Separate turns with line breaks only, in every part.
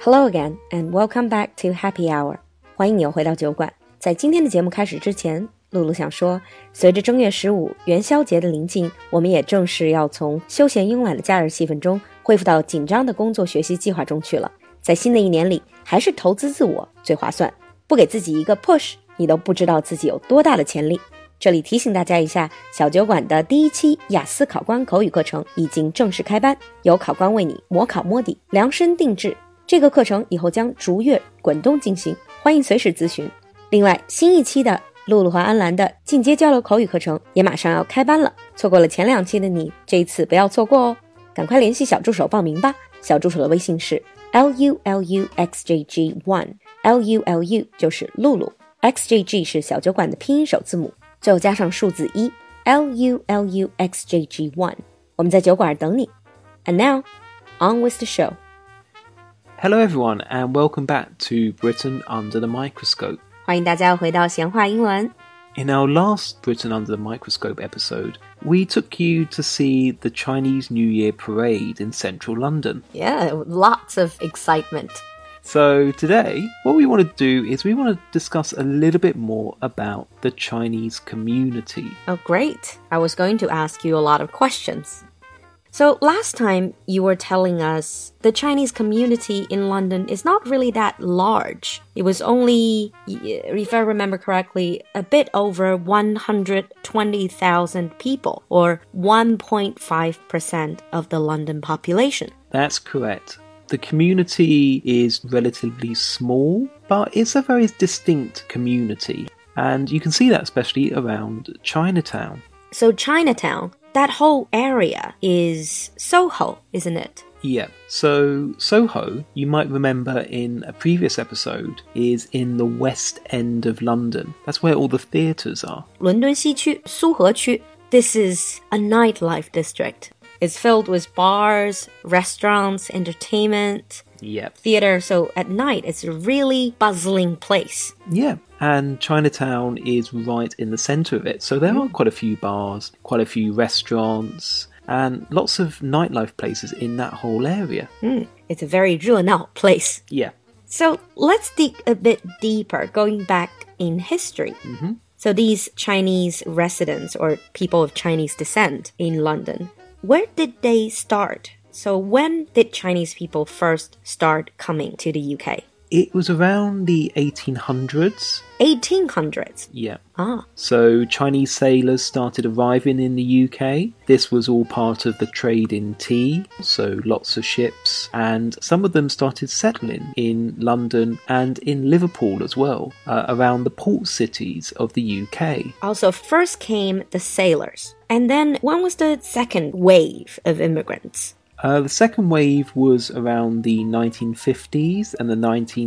Hello again and welcome back to Happy Hour。欢迎你又回到酒馆。在今天的节目开始之前，露露想说，随着正月十五元宵节的临近，我们也正式要从休闲慵懒的假日气氛中恢复到紧张的工作学习计划中去了。在新的一年里，还是投资自我最划算。不给自己一个 push，你都不知道自己有多大的潜力。这里提醒大家一下，小酒馆的第一期雅思考官口语课程已经正式开班，由考官为你模考摸底，量身定制。这个课程以后将逐月滚动进行，欢迎随时咨询。另外，新一期的露露和安澜的进阶交流口语课程也马上要开班了，错过了前两期的你，这一次不要错过哦！赶快联系小助手报名吧，小助手的微信是 l u l u x j g one，l u l u 就是露露，x j g 是小酒馆的拼音首字母，最后加上数字一，l u l u x j g one，我们在酒馆等你。And now, on with the show.
Hello, everyone, and welcome back to Britain Under the Microscope.
欢迎大家回到闲话英文。
In our last Britain Under the Microscope episode, we took you to see the Chinese New Year parade in central London.
Yeah, lots of excitement.
So, today, what we want to do is we want to discuss a little bit more about the Chinese community.
Oh, great. I was going to ask you a lot of questions. So, last time you were telling us the Chinese community in London is not really that large. It was only, if I remember correctly, a bit over 120,000 people, or 1.5% of the London population.
That's correct. The community is relatively small, but it's a very distinct community. And you can see that especially around Chinatown.
So, Chinatown, that whole area is Soho, isn't it?
Yeah. So Soho, you might remember in a previous episode, is in the West End of London. That's where all the theatres are.
伦敦西区、苏荷区。This is a nightlife district. It's filled with bars, restaurants, entertainment,
Yep.
theater. So at night, it's a really bustling place.
Yeah. And Chinatown is right in the centre of it. So there are quite a few bars, quite a few restaurants, and lots of nightlife places in that whole area.
Hmm, It's a very 热闹 place.
Yeah.
So let's dig a bit deeper, going back in history. So these Chinese residents or people of Chinese descent in London, where did they start? So when did Chinese people first start coming to the UK?
It was around the 1800s.
1800s.
Yeah.
Ah,
So, Chinese sailors started arriving in the UK. This was all part of the trade in tea, so lots of ships, and some of them started settling in London and in Liverpool as well, uh, around the port cities of the UK.
also first came the sailors. And then when was the second wave of immigrants?
Uh, the second wave was around the 1950s and the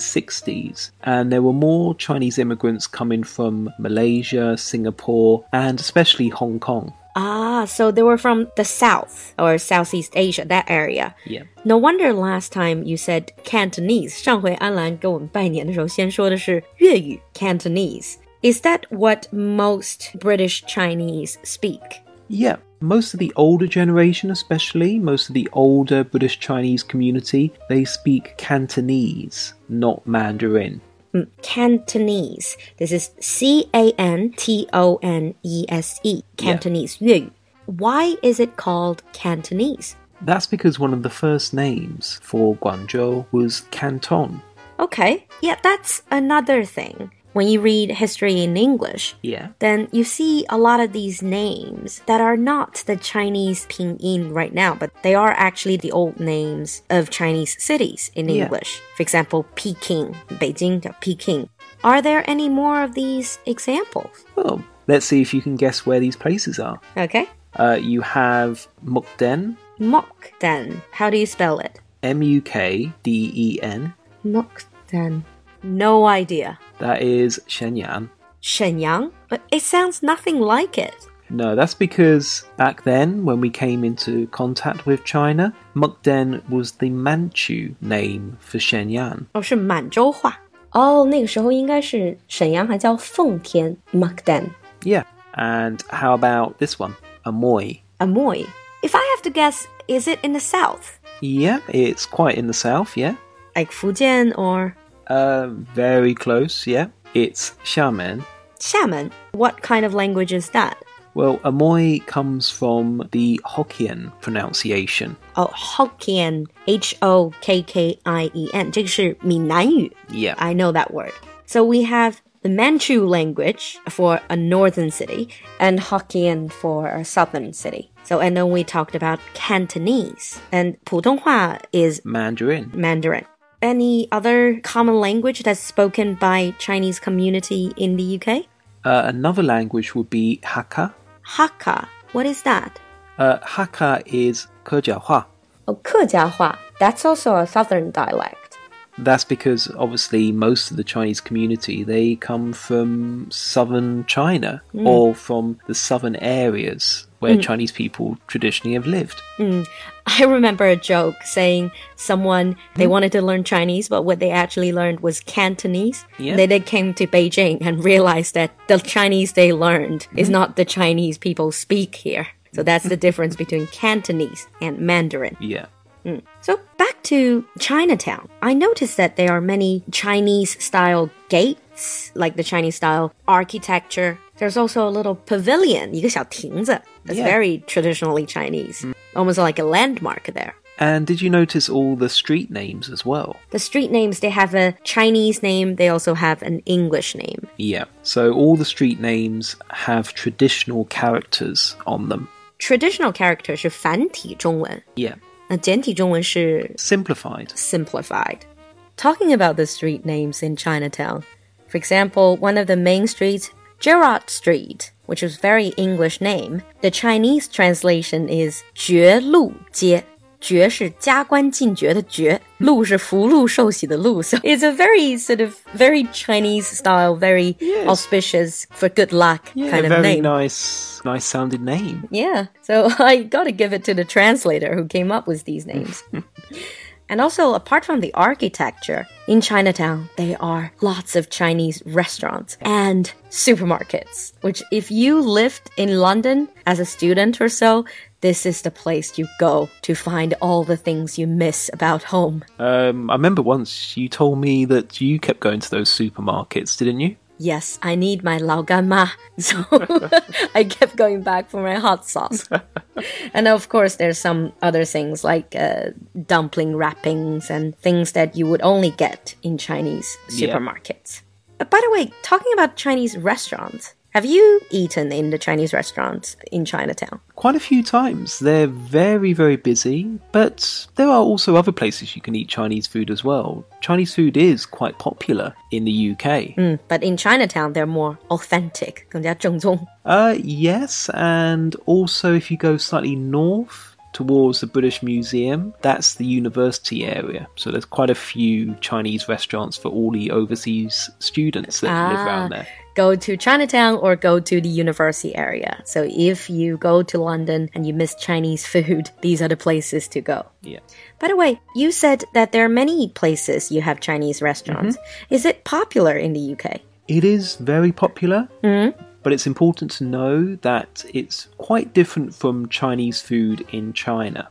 1960s, and there were more Chinese immigrants coming from Malaysia, Singapore, and especially Hong Kong.
Ah, so they were from the south or Southeast Asia, that area.
Yeah.
No wonder last time you said Cantonese. 上回安兰给我们拜年的时候先说的是粤语 Cantonese. Is that what most British Chinese speak?
Yeah, most of the older generation, especially, most of the older British Chinese community, they speak Cantonese, not Mandarin.
Mm, Cantonese. This is C A N T O N E S E. Cantonese 粤语. Why is it called Cantonese?
That's because one of the first names for Guangzhou was Canton.
Okay, yeah, that's another thing. When you read history in English,
Yeah.
then you see a lot of these names that are not the Chinese pinyin right now, but they are actually the old names of Chinese cities in
Yeah.
English. For example, Peking, Beijing, Peking. Are there any more of these examples?
Well, let's see if you can guess where these places are.
Okay.
Uh, you have Mukden,
Mok then. How do you spell it?
M U K D E N.
Mok then. No idea.
That is Shenyang.
Shenyang? But it sounds nothing like it.
No, that's because back then, when we came into contact with China, Mukden was the Manchu name for Shenyang.
哦，是满洲话。哦，Oh, 那个时候应该是沈阳还叫奉天 （Magdan）。
Yeah. And how about this one? Amoy.
Amoy. If I have to guess, is it in the south?
Yeah, it's quite in the south, yeah.
Like Fujian or
Uh, very close, yeah. It's Xiamen.
Xiamen. What kind of language is that?
Well, Amoy comes from the Hokkien pronunciation.
Oh, Hokkien, H O K K I E N. 这个是闽南语.
Yeah.
I know that word. So we have the Manchu language for a northern city and Hokkien for a southern city. So and then we talked about Cantonese and 普通话 is
Mandarin.
Mandarin. Any other common language that's spoken by Chinese community in the UK?
Uh, another language would be Hakka.
Hakka. What is that?
Uh, Hakka is Kejiahua.
Oh, 客家话. That's also a southern dialect.
That's because obviously most of the Chinese community they come from southern China or from the southern areas where Chinese people traditionally have lived.
I remember a joke saying someone they
Hmm?
wanted to learn Chinese, but what they actually learned was Cantonese.
Yeah.
They then came to Beijing and realized that the Chinese they learned
Hmm?
is not the Chinese people speak here. So that's the difference between Cantonese and Mandarin.
Yeah.
So back to Chinatown. I noticed that there are many Chinese style gates, like the Chinese style architecture. There's also a little pavilion, 一个小亭子, that's
Yeah. Hmm.
very traditionally Chinese, almost like a landmark there.
And did you notice all the street names as well?
The street names, they have a Chinese name, they also have an English name.
Yeah. So all the street names have traditional characters on them.
Traditional character 是繁体中文,
Yeah.
那简体中文是
Simplified.
simplified. Talking about the street names in Chinatown, for example, one of the main streets, Gerard Street, which is very English name, the Chinese translation is 绝路街.绝是加官进爵的爵，禄是福禄寿喜的禄. So it's a very sort of very Chinese style, very
Yes.
auspicious for good luck
Yeah,
kind of
very
name.
nice, nice sounded name.
Yeah, so I gotta give it to the translator who came up with these names. and also, apart from the architecture, in Chinatown, there are lots of Chinese restaurants and supermarkets, which, if you lived in London as a student or so, this is the place you go to find all the things you miss about home.
Um, I remember once you told me that you kept going to those supermarkets, didn't you?
Yes, I need my lao gan ma. So I kept going back for my hot sauce. and of course, there's some other things like uh, dumpling wrappings and things that you would only get in Chinese
Yeah.
supermarkets. Uh, By the way, talking about Chinese restaurants, have you eaten in the Chinese restaurants in Chinatown?
Quite a few times. They're very, very busy, but there are also other places you can eat Chinese food as well. Chinese food is quite popular in the UK.
Mm, but in Chinatown, they're more authentic. 更加正宗.
Uh, yes, and also if you go slightly north towards the British Museum, that's the university area. So there's quite a few Chinese restaurants for all the overseas students that live around there.
go to Chinatown or go to the university area. So if you go to London and you miss Chinese food, these are the places to go.
Yeah.
By the way, you said that there are many places you have Chinese restaurants. Is it popular in the UK?
It is very popular, but it's important to know that it's quite different from Chinese food in China.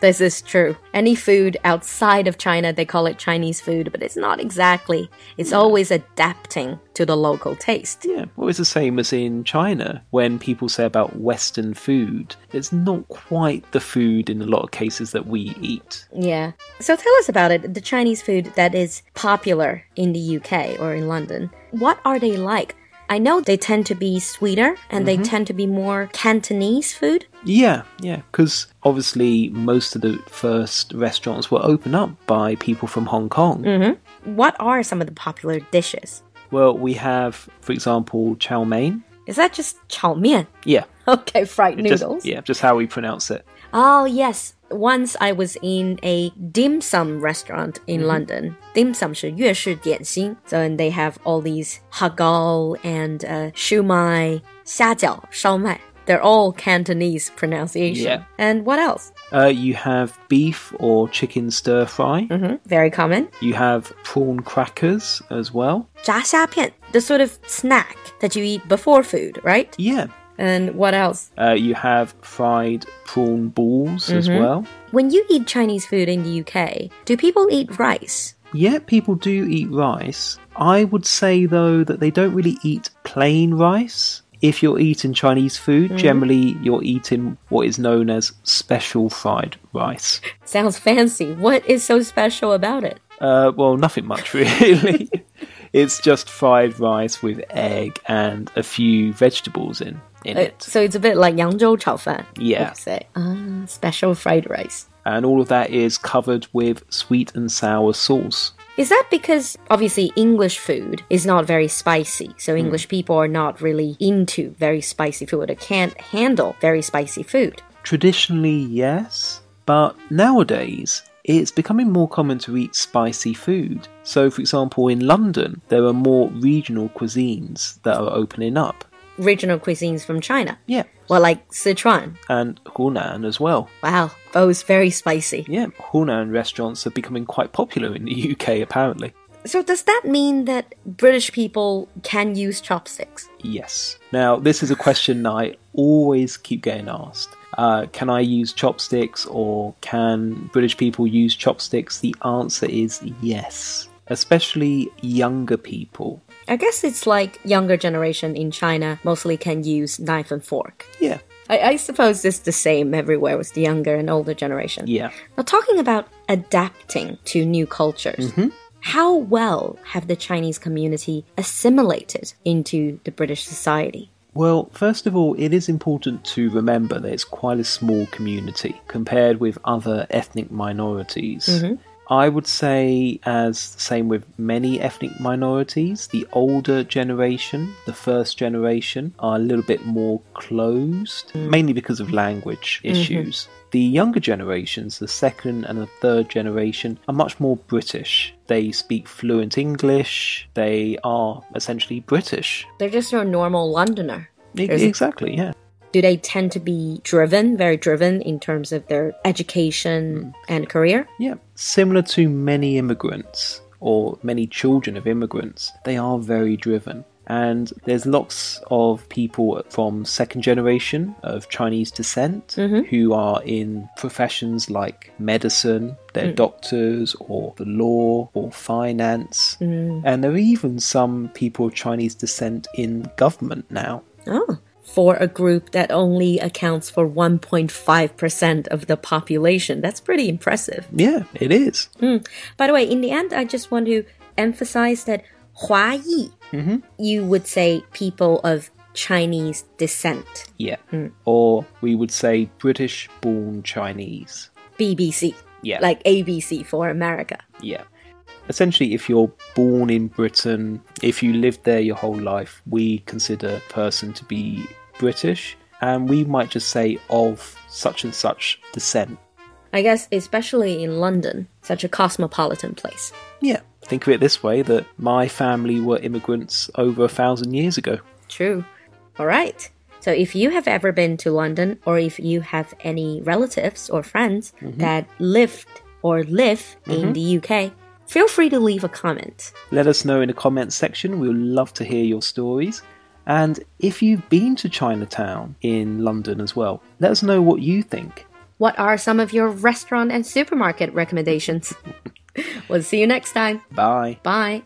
This is true. Any food outside of China, they call it Chinese food, but it's not exactly. It's always adapting to the local taste.
Yeah, well, it's the same as in China when people say about Western food. It's not quite the food in a lot of cases that we eat.
Yeah. So tell us about it the Chinese food that is popular in the UK or in London. What are they like? I know they tend to be sweeter and they tend to be more Cantonese food.
Yeah, yeah, because obviously most of the first restaurants were opened up by people from Hong Kong.
What are some of the popular dishes?
Well, we have, for example, chow mein.
Is that just chow mein?
Yeah,
Okay, fried
just-
noodles.
yeah, just how we pronounce it.
Oh, yes. Once I was in a dim sum restaurant in London. Dim sum 是粤式点心. So, and they have all these hagal and uh, shumai, 虾饺,烧麦. They're all Cantonese pronunciation.
Yeah.
And what else?
Uh, you have beef or chicken stir fry.
Mm-hmm. Very common.
You have prawn crackers as well.
炸虾片, the sort of snack that you eat before food, right?
Yeah,
And what else?
Uh, you have fried prawn balls as well.
When you eat Chinese food in the UK, do people eat rice?
Yeah, people do eat rice. I would say, though, that they don't really eat plain rice. If you're eating Chinese food, generally you're eating what is known as special fried rice.
Sounds fancy. What is so special about it?
Uh, well, nothing much really. it's just fried rice with egg and a few vegetables in, in
Uh,
it.
so it's a bit like 扬州炒饭.
Yeah.
Would you say? Ah, special fried rice.
And all of that is covered with sweet and sour sauce.
Is that because obviously English food is not very spicy,
Hmm.
so English people are not really into very spicy food or can't handle very spicy food?
Traditionally, yes, but nowadays it's becoming more common to eat spicy food. So, for example, in London, there are more regional cuisines that are opening up.
Regional cuisines from China.
Yeah,
Well, like Sichuan.
and Hunan as well.
Wow, both very spicy.
Yeah, Hunan restaurants are becoming quite popular in the UK apparently.
So does that mean that British people can use chopsticks?
Yes. Now, this is a question that I always keep getting asked. Uh, can I use chopsticks or can British people use chopsticks? The answer is yes, especially younger people.
I guess it's like younger generation in China mostly can use knife and fork.
Yeah.
I, I suppose it's the same everywhere with the younger and older generation.
Yeah.
Now, talking about adapting to new cultures, how well have the Chinese community assimilated into the British society?
Well, first of all, it is important to remember that it's quite a small community compared with other ethnic minorities. I would say, as the same with many ethnic minorities, the older generation, the first generation, are a little bit more closed, mainly because of language issues. The younger generations, the second and the third generation, are much more British. They speak fluent English, they are essentially British.
They're just a normal Londoner.
E-
There's-
Exactly, yeah.
Do they tend to be driven, very driven in terms of their education and career?
Yeah, similar to many immigrants or many children of immigrants, they are very driven. And there's lots of people from second generation of Chinese descent who are in professions like medicine, they're doctors or the law or finance. And there are even some people of Chinese descent in government now.
Oh. For a group that only accounts for 1.5% of the population. That's pretty impressive.
Yeah, it is.
By the way, in the end, I just want to emphasize that 华裔, you would say people of Chinese descent.
Yeah. Or we would say British born Chinese.
BBC.
Yeah.
Like ABC for America.
Yeah. Essentially, if you're born in Britain, if you lived there your whole life, we consider a person to be British, and we might just say of such and such descent.
I guess, especially in London, such a cosmopolitan place.
Yeah. Think of it this way that my family were immigrants over a thousand years ago.
True. All right. So if you have ever been to London or if you have any relatives or friends that lived or live in the UK, feel free to leave a comment.
Let us know in the comments section. We'll love to hear your stories. And if you've been to Chinatown in London as well, let us know what you think.
What are some of your restaurant and supermarket recommendations? we'll see you next time.
Bye.
Bye.